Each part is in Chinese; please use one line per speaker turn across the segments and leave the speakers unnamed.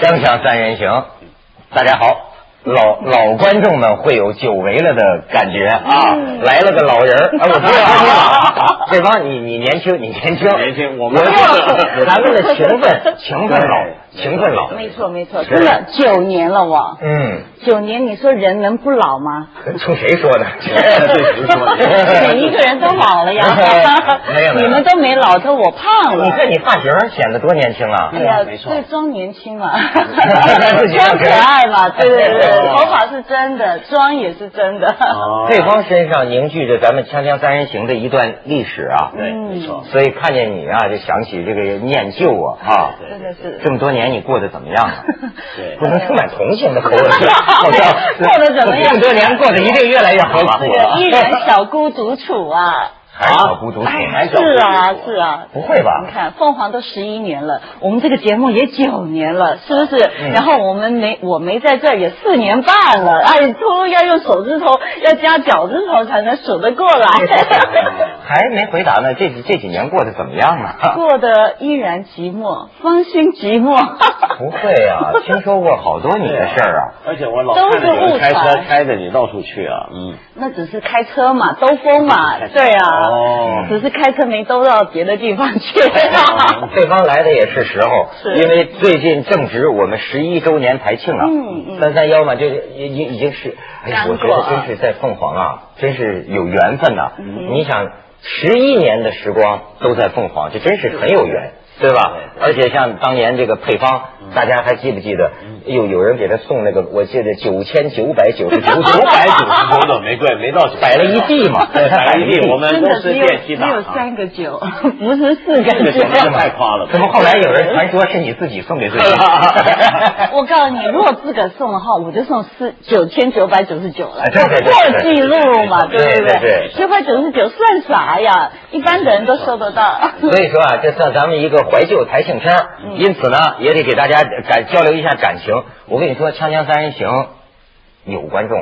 锵锵三人行，大家好，老老观众们会有久违了的感觉啊，
嗯
来了个老人儿，哎，我不是说你 老，对方你你年轻，你年轻，
年轻我 们
我咱们的情 分情分老情分老，
没错没错，
是
真的九年了我，
嗯，
九年，你说人能不老 吗？
冲谁说的？，
对谁说的
每一个人都老了呀
没有没有
你们都没老，都我胖
你
了。
看你发型显得多年轻啊！
哎呀，
没错
对，装年轻 嘛，
自己要
装
给
可爱嘛， 对对对
对哦
对，头发是真的，妆也是真的。
对
哦
方身上凝聚着咱们《锵锵三人行》的一段历史啊，
对，没错，
所以看见你啊，就想起这个念旧啊啊！
对
真的是，
这么多年你过得怎么样 啊？
对
不能充满同情的口吻，好像
过得怎么样
这么多年过得一定越来越好吧？
这个依然小孤独处啊。
还是小孤独挺
哎小孤独
是啊，是啊，
不会吧
你看，凤凰都十一年了，我们这个节目也九年了，是不是？
嗯
然后我们没，我没在这儿也四年半了，哎，都要用手指头，要加脚趾头才能数得过 来。
还没回答呢，这几这几年过得怎么样啊呢？
过得依然寂寞，芳心寂寞。
不会啊，听说过好多你的事儿啊。
而且我老看着你们开车开着你到处去啊，嗯，
那只是开车嘛，兜风嘛，对啊，
哦
只是开车没兜到别的地方去。
哎嗯对方来的也是时候，
是
因为最近正值我们十一周年排庆啊，
嗯嗯
三三幺嘛，就已已已经是，哎呀，
刚
我觉
过
得
啊
真是在凤凰啊，真是有缘分呐、你想，十一年的时光都在凤凰，这真是很有缘。对吧？而且像当年这个配方，大家还记不记得？有有人给他送那个，我记得九千九百九十九，九百九十九
九朵玫瑰没到九，
摆了一地嘛，
对，摆了一地，我们
真
都
的
是
只有
电
只
梯党
有
啊，
三个九，不是四
这
个
个
九
简。直太夸了，
怎么后来有人传说是你自己送给自己？
我告诉你，如果自个送的话，我就送四九千九百九十九了
哎，对对对
破纪录嘛，
对
对
对
不
对对
对？九百九十九算啥呀？一般的人都收得到。
所以说啊，这算咱们一个怀旧台庆片儿因此呢，也得给大家感交流一下感情。我跟你说，《锵锵三人行》有观众。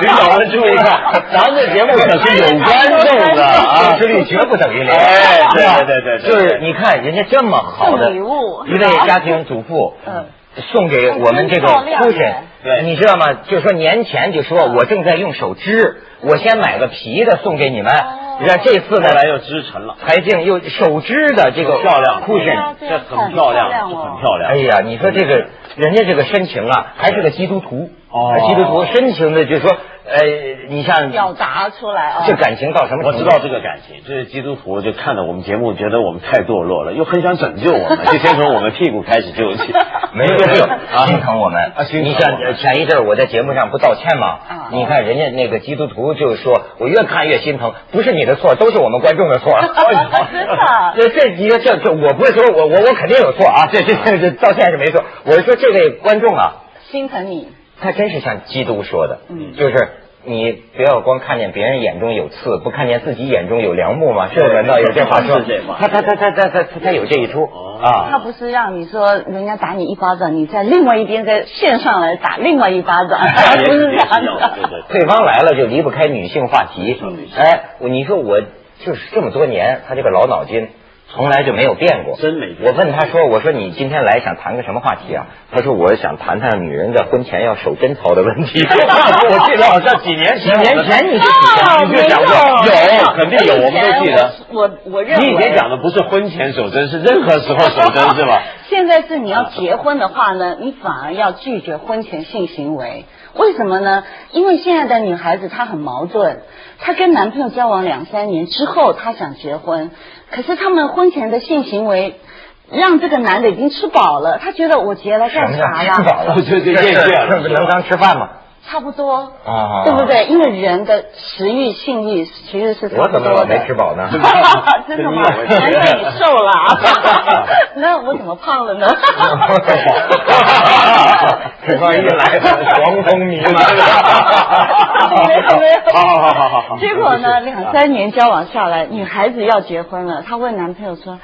领导们注意看
咱这节目可是有观众的啊，
收视
率绝不等于
零
哎，对
是吧
对对对，就是你看人家这么好的
送礼物
一位家庭主妇，
嗯
送给我们这个
很漂亮
cushion，
对
你知道吗？就说年前就说我正在用手织，我先买个皮的送给 你们，让这次
后
呢
来又织成了，
财经又手织的这个
漂亮，
cushion。
这很漂亮，很漂亮，
哎呀，你说这个人家这个深情啊，还是个基督徒啊
哦
基督徒深情的，就是说，呃，你像
表达出来啊
这，感情到什么
我
程度？
知道这个感情，这是基督徒就看着我们节目，觉得我们太堕落了，又很想拯救我们，就先从我们屁股开始救起。
没有没有啊，心疼我们
啊心疼我们
你像呃前一阵儿我在节目上不道歉吗？
啊
你看人家那个基督徒就说，我越看越心疼，不是你的错，都是我们观众的错。
真的
这这你说这这，我不是说我我我肯定有错啊，这这这这道歉是没错。我是说这位观众啊，
心疼你。
他真是像基督说的，
嗯
就是你不要光看见别人眼中有刺，不看见自己眼中有梁木嘛，是不是？
对
文道有这话说
是这话，
他他他他他他他他有这一出
哦
啊
他。不是让你说人家打你一巴掌，你在另外一边在线上来打另外一巴掌，
哎
不是这样
对
的。
对对，
配方来了就离不开女性话题
嗯。
哎，我你说我就是这么多年，他这个老脑筋从来就没有变过。
真没变
我问他说：“我说你今天来想谈个什么话题啊？”他说：“我想谈谈女人在婚前要守贞操的问题。” 我记得好像几年前，啊几年前你就
哦
你就讲过，
没有
有肯定有，我们都记得。
我我认为
你以前讲的不是婚前守贞，是任何时候守贞，是吧？
现在是你要结婚的话呢，你反而要拒绝婚前性行为，为什么呢？因为现在的女孩子她很矛盾，她跟男朋友交往两三年之后，她想结婚，可是他们婚前的性行为。让这个男的已经吃饱了，他觉得我结了
什
干
么
啥
叫吃
呀？
饱了？
对对对对
这不能当吃饭吗？
差不多，
啊
对不？对？因为人的食欲、性欲其实是差
我
不
怎么
多
老没
的
吃。饱呢？
真的吗？
真的
难怪你瘦了 啊，那我怎么胖了呢？
这方一来， 狂风弥漫。
没有没有，
好好好好好
结果呢，两三年交往下来，女孩子要结婚了，她问男朋友说：“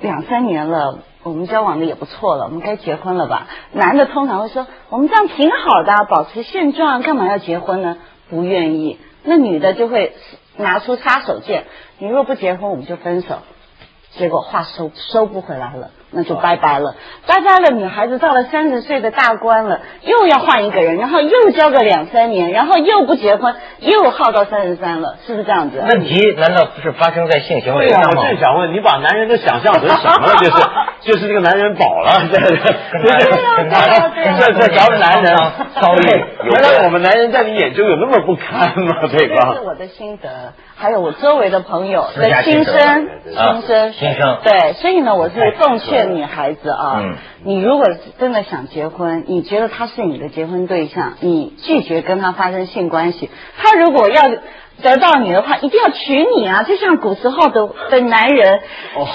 两三年了，我们交往的也不错了，我们该结婚了吧？”男的通常会说：“我们这样挺好的啊，保持现状，干嘛要结婚呢？”不愿意，那女的就会拿出杀手锏：“你若不结婚，我们就分手。”结果话收收不回来了，那就拜拜了。拜拜了，女孩子到了三十岁的大关了，又要换一个人，然后又交个两三年，然后又不结婚，又耗到三十三了，是不是这样子啊？
问题难道不是发生在性行为
对呀、
上
我
吗？
正想问你，把男人都想象成什么了？ 就是就是这个男人饱了，对对
对呀对呀
这这咱们男 人
遭遇有
原来我们男人在你眼中有那么不堪吗？对
这是
吧？
我的心得，还有我周围的朋友
私下
的
心
心
得
声
对对，对
心声，
心声
对，所以呢，我
太
是
可
奉
了
劝女孩子啊
嗯，
你如果真的想结婚，你觉得他是你的结婚对象，你拒绝跟他发生性关系，他如果要。得到你的话，一定要娶你啊！就像古时候的的男人，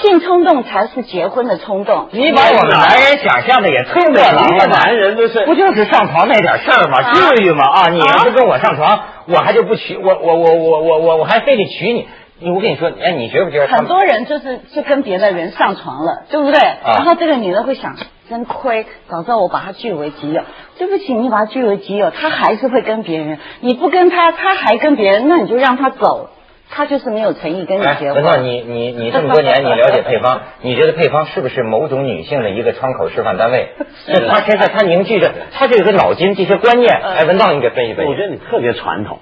性冲动才是结婚的冲动。
哦你把我们男人想象的也忒过
每
狼
一
了
个
吧？
啊男人都是
不就是上床那点事儿吗？
啊
至于吗？啊，你要
啊
是跟我上床，我还就不娶我我我我我我我还非得娶你？你我跟你说，哎，你觉不 觉得他
很
们
多人就是就跟别的人上床了，对不对？
啊
然后这个女的会想，真亏，早知道我把她据为己有。对不起，你把她据为己有，她还是会跟别人。你不跟她，她还跟别人，那你就让她走，她就是没有诚意跟你
哎，
结
文道，
婚。
你你你这么多年，你了解配方，你觉得配方是不是某种女性的一个窗口示范单 位？
是
就她身上，她凝聚着她这个脑筋这些观念。
嗯
哎，文道，你给分析分
我觉
析。
得你特别传统，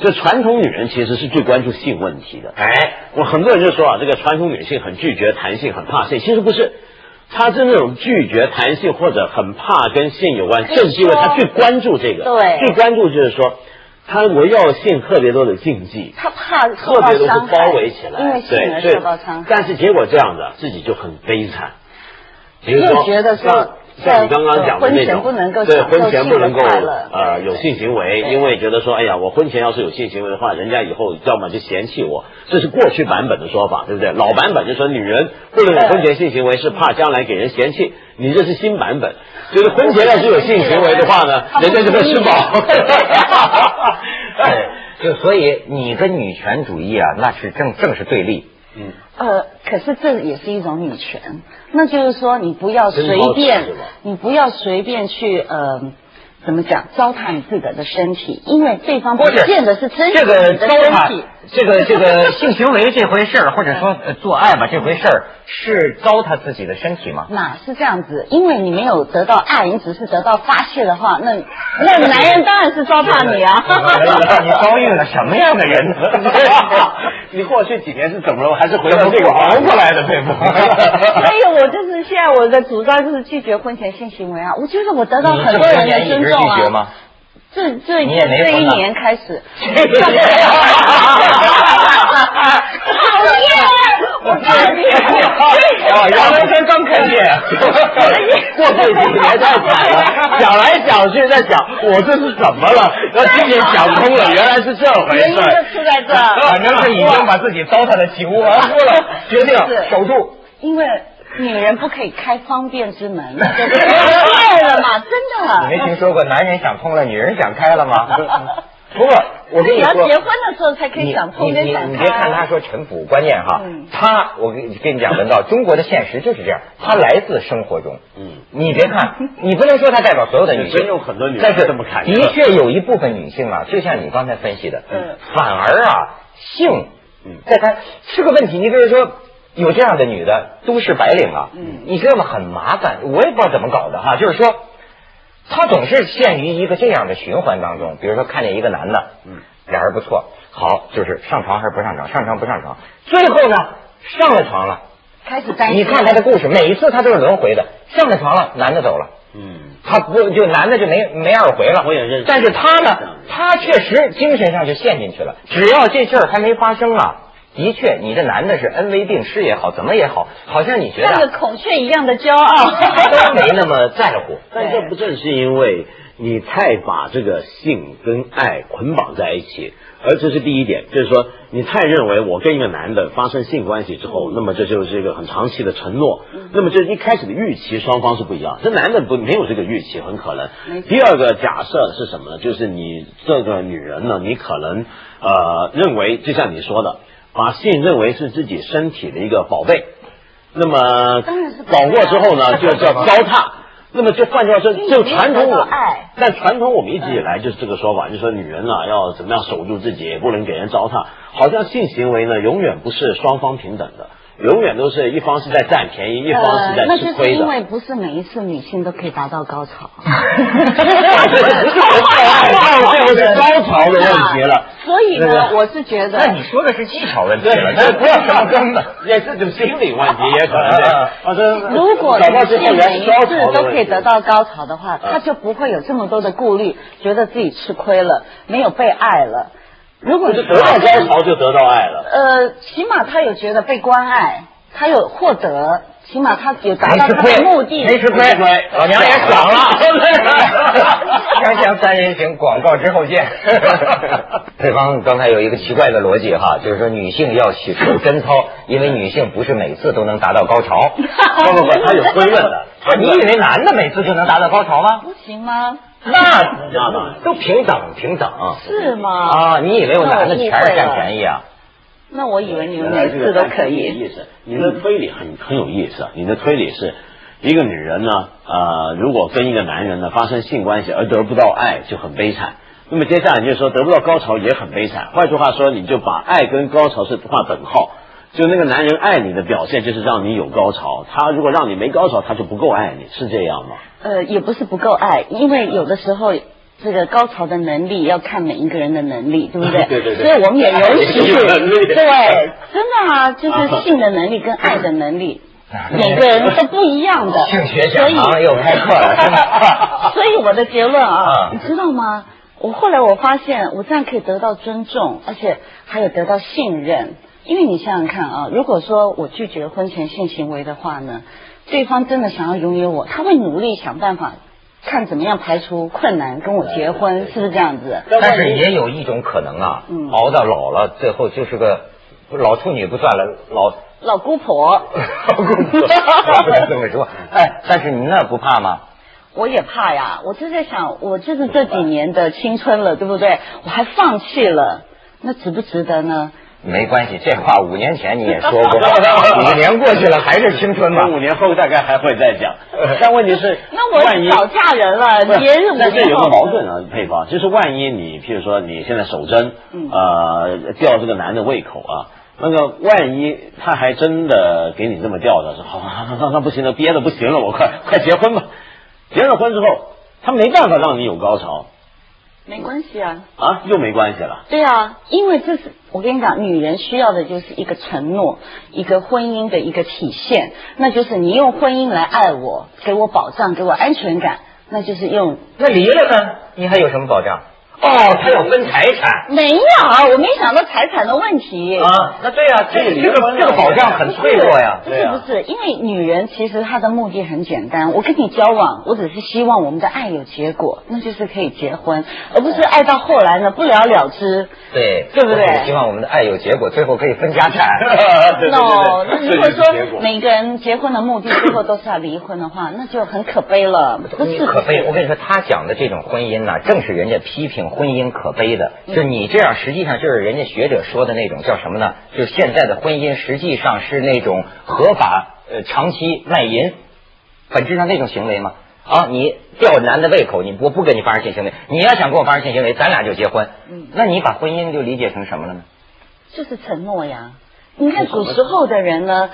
就传统女人其实是最关注性问题的。
哎，
我很多人就说啊，这个传统女性很拒绝谈性，很怕性，其实不是。她是那种拒绝谈性或者很怕跟性有关，
跟你
正是因为她
说
最关注这个，
对
最关注就是说，她围绕性特别多的禁忌，
她怕受
特
到
别多是
伤害，
包围起来，
因为性而
对
受到伤
对
害。
但是结果这样的，自己就很悲惨。比如
又
说，
觉得说
像像你刚刚讲的那
在婚前
种，
不能够
对
享受
婚前不能够
性的快乐
呃
对
有性行为，
对
因为觉得说，哎呀，我婚前要是有性行为的话，人家以后要么就嫌弃我，这是过去版本的说法，对不对？老版本就说女人不能有婚前性行为，是怕将来给人嫌弃。你这是新版本，就是婚前要是有性行为的话呢，人家就会 吃饱。
哎，就所以你跟女权主义啊，那是正正是对立。
嗯
呃，可是这也是一种女权，那就是说你不要随
真
便
高级是吧，
你不要随便去呃，怎么讲糟蹋你自个的身体，因为对方不
不是
见得是真
这
实
个
你的
糟
身
蹋
体。，
这个这个性行为这回事儿，或者说
嗯
呃做爱吧这回事儿，是糟蹋自己的身体吗？
哪是这样子？因为你没有得到爱，你只是得到发泄的话， 那那男人当然是糟蹋你啊！
哎你遭遇了什么样的 人呢？
你过去几年是怎么了？还是回
到
到
这
这
个
个
熬
熬
过
过
来
来
的
的，
佩
佩
服
服。
所以，哎我就是现在我的主张就是拒绝婚前性行为啊！我觉得我得到
你
很
这
多
么多
人
年
的
一直
尊
拒
重啊！
绝吗？
这这
你也没
这
疯
一
啊
年 开始，
讨厌
我告诉你
啊，杨文生刚开业，
过去几年太惨了，想来想去在想我这是怎么了，然后今年想通了，原来是这回
原因
事
就
儿。
出在这
反
儿，
正是已经把自己糟蹋的体无完肤 了，决定守住。
因为女人不可以开方便 之门，对不对了嘛，真
你没
的。
听说过男人想通了，女人想开了 吗？不过我跟
你
你
要
说
结，婚的时候才可以
你
想
你
通跟
你
想
你
开
别看他
啊。
说陈腐，关键哈
嗯，
他我跟跟你讲，文道，中国的现实就是这样，他来自生活中。
嗯，
你别看，你不能说它代表所有的女性，
真有很多女人
但是
这么看
的确有一部分女性啊，就像你刚才分析的，
嗯
反而啊，性
嗯，
在她是个问题。你比如说。有这样的女的，都市白领啊，
嗯
你知道吗？很麻烦，我也不知道怎么搞的哈。就是说，她总是陷于一个这样的循环当中。比如说，看见一个男的，
嗯，
俩人不错，好，就是上床还是不上床，上床不上床，最后呢，上了床了，
开始担心。
你看他的故事，每一次他都是轮回的，上了床了，男的走了，
嗯，
他不就男的就没没二回了。
我也认识啊
但是他呢
这样的，
他确实精神上就陷进去了。只要这事儿还没发生啊，的确，你这男的是恩威并施也好，怎么也好，好像你觉
像个
得啊
孔雀一样的骄傲。哦
都 没那么在 乎。
但这不正是因为你太把这个性跟爱捆绑在一起，而这是第一点，就是说你太认为我跟一个男的发生性关系之
嗯
后，那么这就是一个很长期的承诺，那么就是一开始的预期双方是不一样，这男的不没有这个预期，很可能
没。错
第二个假设是什么呢？就是你这个女人呢，你可能呃认为，就像你说的，把性认为是自己身体的一个宝贝。那么
当然是不
搞
对
过
啊
之后呢，就叫 糟蹋。那么就换句话说，
因为
就
你没有
传统
得
我
到爱嗯
但传统我们一直以来就是这个说法，就说女人啊要怎么样守住自己，也不能给人糟蹋。好像性行为呢，永远不是双方平等的。永远都是一方是在占便宜，一方是在
呃那
吃
就是
亏的
因。为不是每一次女性都可以达到 高潮。
最后是高潮的问题了。
所以
对
呢，
对
我是觉得
那你说的是技巧问题
对
了，那不要上根本。
也是种心理问题，也可能对。 啊，这
如果
找到
女
之
性
后原来
每
是
一
高潮
次
的
都
问
可
题
以得到高潮的话，
嗯
她就不会有这么多的顾虑，觉得自己吃亏了，没有被爱了。如果
不是得到高潮就得到爱了。
呃，起码她有觉得被关爱，她有获得，起码她有达
没
到
吃
她
亏
的目的。
没吃亏
没吃亏，
老娘也爽了。锵锵三人行，广告之后见。对方刚才有一个奇怪的逻辑哈，就是说女性要去除贞操，因为女性不是每次都能达到高潮。
不不不，他有推论的。
你以为男的每次就能达到高潮吗？
不行吗？
那
那当然
都平等平等啊
是吗？
啊！你以为我男的全是占便宜啊？
那我以为你们每次都可以。
意思，你的推理很很有意思。啊你的推理是，一个女人呢，呃，如果跟一个男人呢发生性关系而得不到爱，就很悲惨。那么接下来你就说得不到高潮也很悲惨。换句话说，你就把爱跟高潮是画等号。就那个男人爱你的表现就是让你有高潮，他如果让你没高潮，他就不够爱你，是这样吗？
呃，也不是不够爱，因为有的时候。这个高潮的能力要看每一个人的能力，对不对？
对对对
所以我们也允许，
有能力
对，真的啊，就是性的能力跟爱的 能力，每个人都不一样的。
性学
所
讲
以
堂又开课了，是吧？
所以我的结论啊
啊，
你知道吗？我后来我发现，我这样可以得到尊重，而且还有得到信任。因为你想想看啊，如果说我拒绝婚前性行为的话呢，对方真的想要拥有我，他会努力想办法，看怎么样排除困难跟我结婚，是不是这样子？
但是也有一种可能啊，
嗯
熬到老了，最后就是个不老处女不算了，老
老姑婆，
老公 婆，我不能这么说。哎，但是你那不怕吗？
我也怕呀，我就在想，我就是这几年的青春了，对不对？我还放弃了，那值不值得呢？
没关系，这话五年前你也说过， 五年过去了还是青春嘛
那。五年后大概还会再讲，但问题是，
那
万一
我早嫁人了，别人我
但是有个
后
矛盾啊，配方就是万一你，譬如说你现在手真，
嗯
呃，吊这个男的胃口啊，那个万一他还真的给你这么吊着，说好，那那那不行了，憋的不行了，我快快结婚吧。结了婚之后，他没办法让你有高潮
没关系啊。
啊，又没关系了。
对啊，因为这是我跟你讲，女人需要的就是一个承诺，一个婚姻的一个体现，那就是你用婚姻来爱我，给我保障，给我安全感，那就是用
那离了呢？你还有什么保障？哦，他要分财产
没有，啊我没想到财产的问题。
哦
啊？那对啊，这
这个
这
离婚
个
了
这个保障
不
很
是
脆弱呀。
不
对
是
啊
不是，因为女人其实她的目的很简单，我跟你交往，我只是希望我们的爱有结果，那就是可以结婚，而不是爱到后来呢不了了之。
对，
对不对
我希望我们的爱有结果，最后可以分家 产。
对对对对
no，那如
这就
果
是结果
说每个人结婚的目的最后都是要离婚的话，那就很可悲了，不
你
是
可悲，我跟你说，他讲的这种婚姻呢、正是人家批评婚姻可悲的。
嗯
就你这样，实际上就是人家学者说的那种叫什么呢？就是现在的婚姻实际上是那种合法呃长期卖淫，本质上那种行为嘛。啊，你吊男的胃口，你我不跟你发生性行为，你要想跟我发生性行为，咱俩就结婚。
嗯
那你把婚姻就理解成什么了呢？
就是承诺呀。你看古时候的人呢，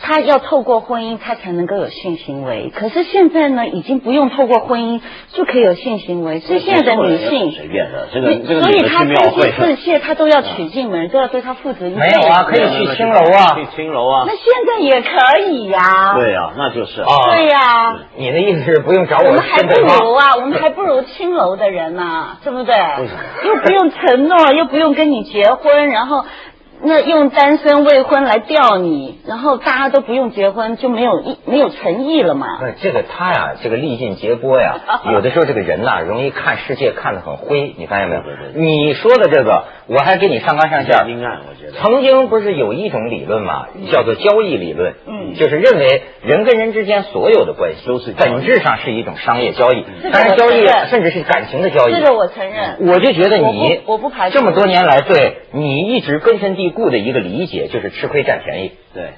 他要透过婚姻他才能够有性行为，可是现在呢，已经不用透过婚姻就可以有性行为，所以现在的女
随
性。
便的，这个这个
所
女
以
的
她
去
三
庙会嗯
妻，四妾，她都要娶进门，都要对她负责一辈子。
没有啊可以去青楼啊
去青楼啊
那，现在也可以呀。
对呀，那就是啊
啊
对呀，
你的意思是不用找
我
我
们还
跟
不
对方？
如啊，我们还不如青楼的人 呐、对不对
为什么？
又不用承诺，又不用跟你结婚，然后那用单身未婚来吊你，然后大家都不用结婚，就没有意没有诚意了嘛
不。是这个他呀，这个历尽劫波呀，有的时候这个人呐、容易看世界看得很灰，你发现没有
对对？对
你说的这个，我还跟你上纲上线儿。
阴暗，我觉得。
曾经不是有一种理论嘛，叫做交易理论，
嗯
就是认为人跟人之间所有的关系
都是交易
本质上是一种商业交易
这个，
但是交易
我承认
甚至是感情的交易。
这个我承认，
我就觉得
我
你
不我不排斥
这么多年来对你一直根深蒂固的一个理解就是吃亏占便宜，
对，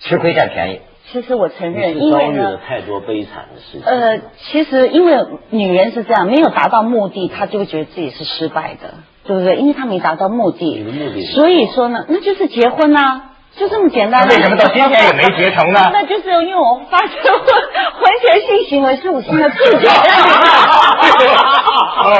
吃亏占便宜。
其实我承认，
你是
因
遭
为
遇
呢
了。太多悲惨的事情。
呃，其实因为女人是这样，没有达到目的，她就会觉得自己是失败的，对不对？因为她没达到目的，
你的目的是什么
所以说呢，那就是结婚啊，就这么简单。
那为什么到今天也没结成呢
那就是因为我发生婚婚前性行为是我现在 自己 哦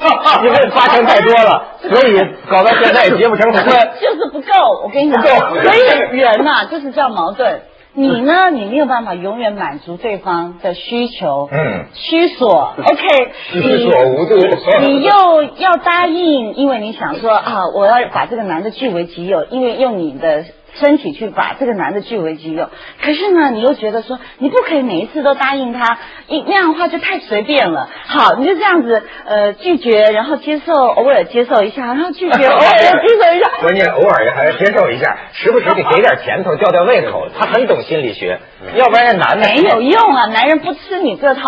哦，因为发生太多了，所以搞到现在也结不成婚。
就是不够，我跟你讲，
不够
所以人呐、就是这样矛盾。你呢，你没有办法永远满足对方的需求，
嗯
需索，OK，
虚所无度
你 你又要答应，因为你想说啊，我要把这个男的据为己有，因为用你的身体去把这个男的据为己有。可是呢，你又觉得说你不可以每一次都答应他，一那样的话就太随便了。好，你就这样子呃拒绝，然后接受，偶尔接受一下，然后拒绝，偶尔又接受一下，
关键偶尔还要接受一下，时不时得给点甜头吊吊胃口。他很懂心理学，要不然这男的
没有用啊！男人不吃你这套，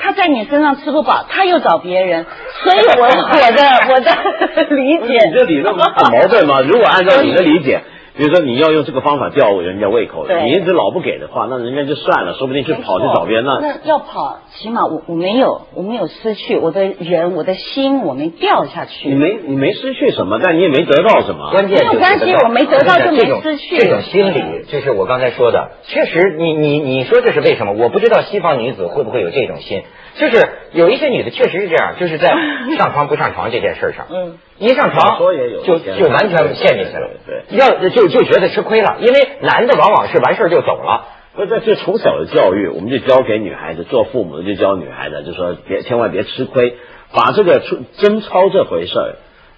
他在你身上吃不饱，他又找别人，所以 我我的我的 理
不是
解，
你这理论不是很 矛盾吗？如果按照你的理解，比如说你要用这个方法吊人家胃口，
对
你一直老不给的话，那人家就算了，说不定去跑去找别人
那
了。
要跑，起码我我没有我没有失去我的人，我的心我没掉下
你
去。
没你没失去什么，但你也没得到什么。
关键就是
没有关系
这个
我没得到就没
这种
失去
这种心理就是我刚才说的，确实你，你你说这是为什么？我不知道西方女子会不会有这种心，就是有一些女的确实是这样， 就是在上床不上床这件事上，
嗯，
一上床
小说也有
就
这样
就完全陷进去了，
对
要就就觉得吃亏了，因为男的往往是完事儿就走了。
不是，就从小的教育，我们就教给女孩子，做父母的就教女孩子，就说别千万别吃亏，把这个出贞操这回事儿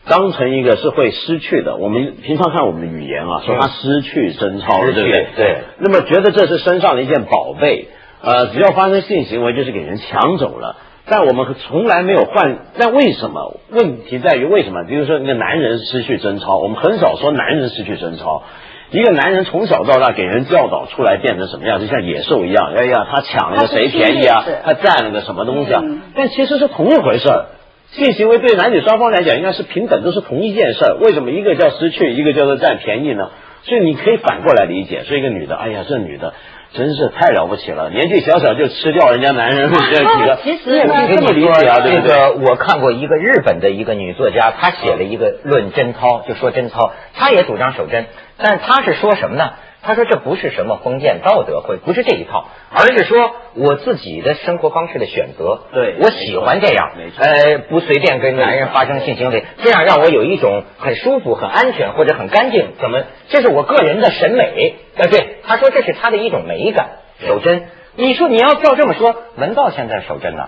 当成一个是会失去的。我们平常看我们的语言啊，说他失去贞操了，
失去
对不对？
对
那么觉得这是身上的一件宝贝，呃，只要发生性行为就是给人抢走了。但我们从来没有换，那为什么？问题在于为什么？比如说，一个男人失去贞操，我们很少说男人失去贞操。一个男人从小到大给人教导出来变成什么样，就像野兽一样。哎呀，他抢了个谁便宜啊
他是侵略者？
他占了个什么东西啊
嗯？
但其实是同一回事儿。性行为对男女双方来讲应该是平等，都是同一件事儿。为什么一个叫失去，一个叫做占便宜呢？所以你可以反过来理解，说一个女的，哎呀，这女的真是太了不起了，年纪小小就吃掉人家男 人这几个，
其实
你也可以这么理解啊，对
这
不对？
个我看过一个日本的一个女作家，她写了一个论贞操，就说贞操，她也主张守贞，但是她是说什么呢？她说这不是什么封建道德会，不是这一套，而是说我自己的生活方式的选择。
对
我喜欢这样
没，错
呃，不随便跟男人发生性行为，这样让我有一种很舒服、很安全或者很干净。怎么？这是我个人的审美。呃，对，她说这是她的一种美感，守贞。你说你要照这么说，文道现在守贞呢？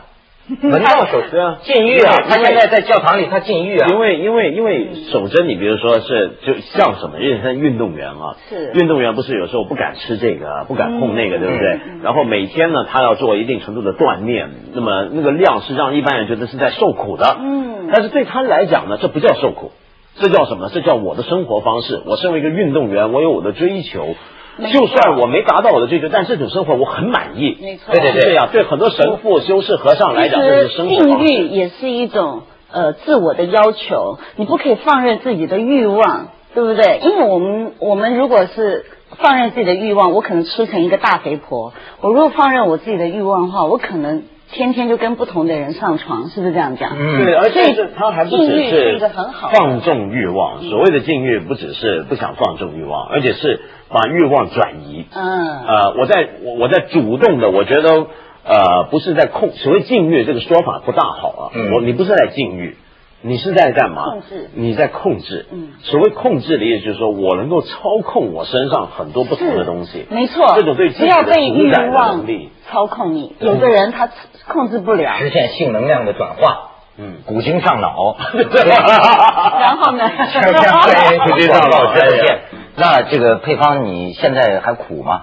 文道手
对啊
禁欲啊
对，
他现在在教堂里他禁欲啊
因。为因为因为守贞，你比如说是就像什么，认真运动员啊，
是
运动员不是有时候不敢吃这个，不敢碰那个，
嗯
对不对？然后每天呢，他要做一定程度的锻炼，那么那个量是让一般人觉得是在受苦的，
嗯
但是对他来讲呢，这不叫受苦，这叫什么？这叫我的生活方式。我身为一个运动员，我有我的追求
没。错
就算我没达到我的追求，但这种生活我很满意。
没错嗯
对对对，对呀，对很多神父、修士、和尚来
其
讲，这
实
是生活
性
方式。
欲也是一种呃自我的要求，你不可以放任自己的欲望，对不对？因为我们我们如果是放任自己的欲望，我可能吃成一个大肥婆；我如果放任我自己的欲望的话，我可能天天就跟不同的人上床，是不是这样讲？
嗯
对，而且
所
是
以
它还不
禁
只
欲是一个很好的嗯
放纵欲望。所谓的禁欲，不只是不想放纵欲望，而且是把欲望转移。
嗯，
呃，我在我我在主动的，我觉得呃不是在控，所谓禁欲这个说法不大好啊。
嗯
我你不是在禁欲，你是在干嘛？
控制
你在控制。
嗯
所谓控制的意思就是说我能够操控我身上很多不同的东西。
没错，
这种对自
不
己
要
的
被
主
欲
宰的
望
能力。
操控你。有的人他控制不了，
实现性能量的转化，
嗯，
古今上 脑。
然 后呢？
锵锵三人行，
广告
专
专
线
线。
那这个配方，你现在还苦吗？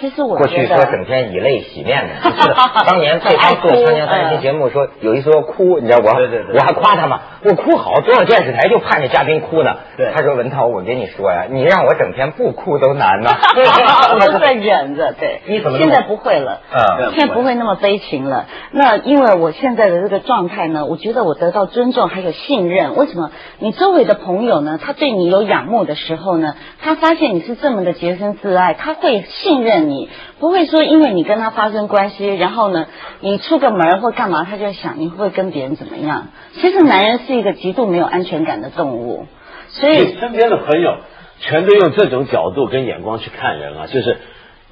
其实我
过
觉
去
得
说 整天以泪洗面的，是的当年配方做《锵锵三人行》节目说有一次我哭，你知道我
对对对
我还夸他嘛，我哭好，多少电视台就盼着嘉宾哭呢。
对
他说文涛，我跟你说呀，你让我整天不哭都难 呐。
我都在忍着，对。
你怎么那
现
么
在不会了？
嗯
现在不会那么悲情了。那因为我现在的这个状态呢，我觉得我得到尊重还有信任。为什么？你周围的朋友呢，他对你有仰慕的时候呢，他发现你是这么的洁身自爱，他会信任你，不会说因为你跟他发生关系，然后呢，你出个门或干嘛，他就想你会不会跟别人怎么样。其实男人是一个极度没有安全感的动物，所以
你身边的朋友全都用这种角度跟眼光去看人啊，就是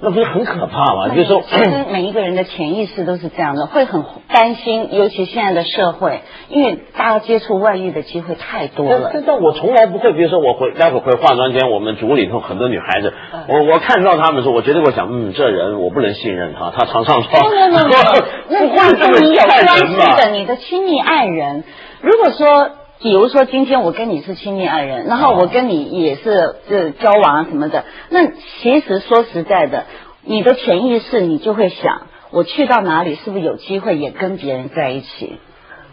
那不是很可怕吗？啊就是说，嗯
其 实每一个人的潜意识都是这样的，会很担心，尤其现在的社会，因为大家接触外遇的机会太多
但
了
但。但我从来不会，比如说我回待会儿回化妆间，我们组里头很多女孩子，我我看到她们的时候，我绝对会想，嗯，这人我不能信任他，他常上
没
哦
床，
有没有没有没有那
不
这样
会这
跟你
么
有
看
关
人
系
吧？
的，你的亲密爱人，如果说。比如说，今天我跟你是亲密爱人，然
哦
后我跟你也是呃交往啊什么的，那其实说实在的，你的潜意识你就会想，我去到哪里是不是有机会也跟别人在一起？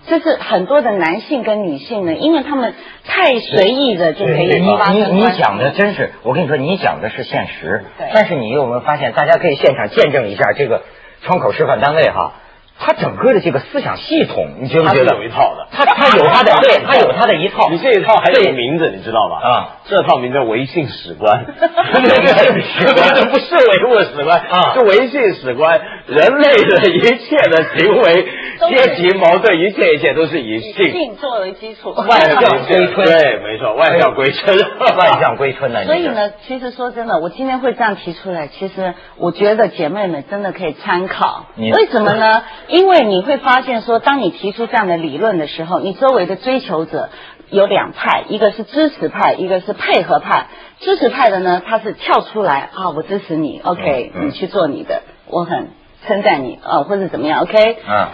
这是很多的男性跟女性呢，因为他们太随意的就可
对
以
对，
发
你
生
你
关系
讲的真是，我跟你说，你讲的是现实
对。
但是你有没有发现，大家可以现场见证一下这个窗口示范单位哈，他整个的这个思想系统，你觉不
他
觉
是
得
有一套的，
他他有 他的，对他有他的一套。
你这一套还有个
对
名字，你知道吧？
啊，
这套名叫唯信 史观，
唯信史观
不是唯物史观
啊
是唯信史观。人类的一切的行为、
都是
阶级矛盾，一切一切都是以
以
性。
性作为基础，
外向 哎归春
对，没错，万象归春，
万象归春呢？你
所以
这，
呢，其实说真的，我今天会这样提出来，其实我觉得姐妹们真的可以参考。
你
为什么 呢？因为你会发现说，当你提出这样的理论的时候，你周围的追求者有两派，一个是支持派，一个是配合派。支持派的呢，他是跳出来啊，我支持你，OK，、
嗯嗯
你去做你的，我很称赞你啊、或者怎么样，OK。
嗯，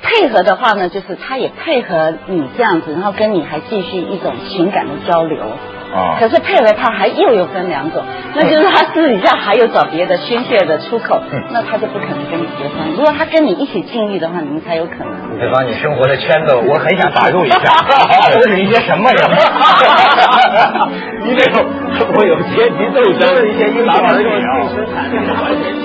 配合的话呢，就是他也配合你这样子，然后跟你还继续一种情感的交流。
哦
可是配合他还又有分两种，那就是他私底下还有找别的宣泄的出口
嗯，
那他就不可能跟你结婚。如果他跟你一起禁欲的话，你们才有可能。
对方，你生活的圈子，我很想打入 一下，都是一些什么人？
你这个会有阶级斗争，
都是一些阴
打
谋
倒这
论
个
啊
生产力的环节。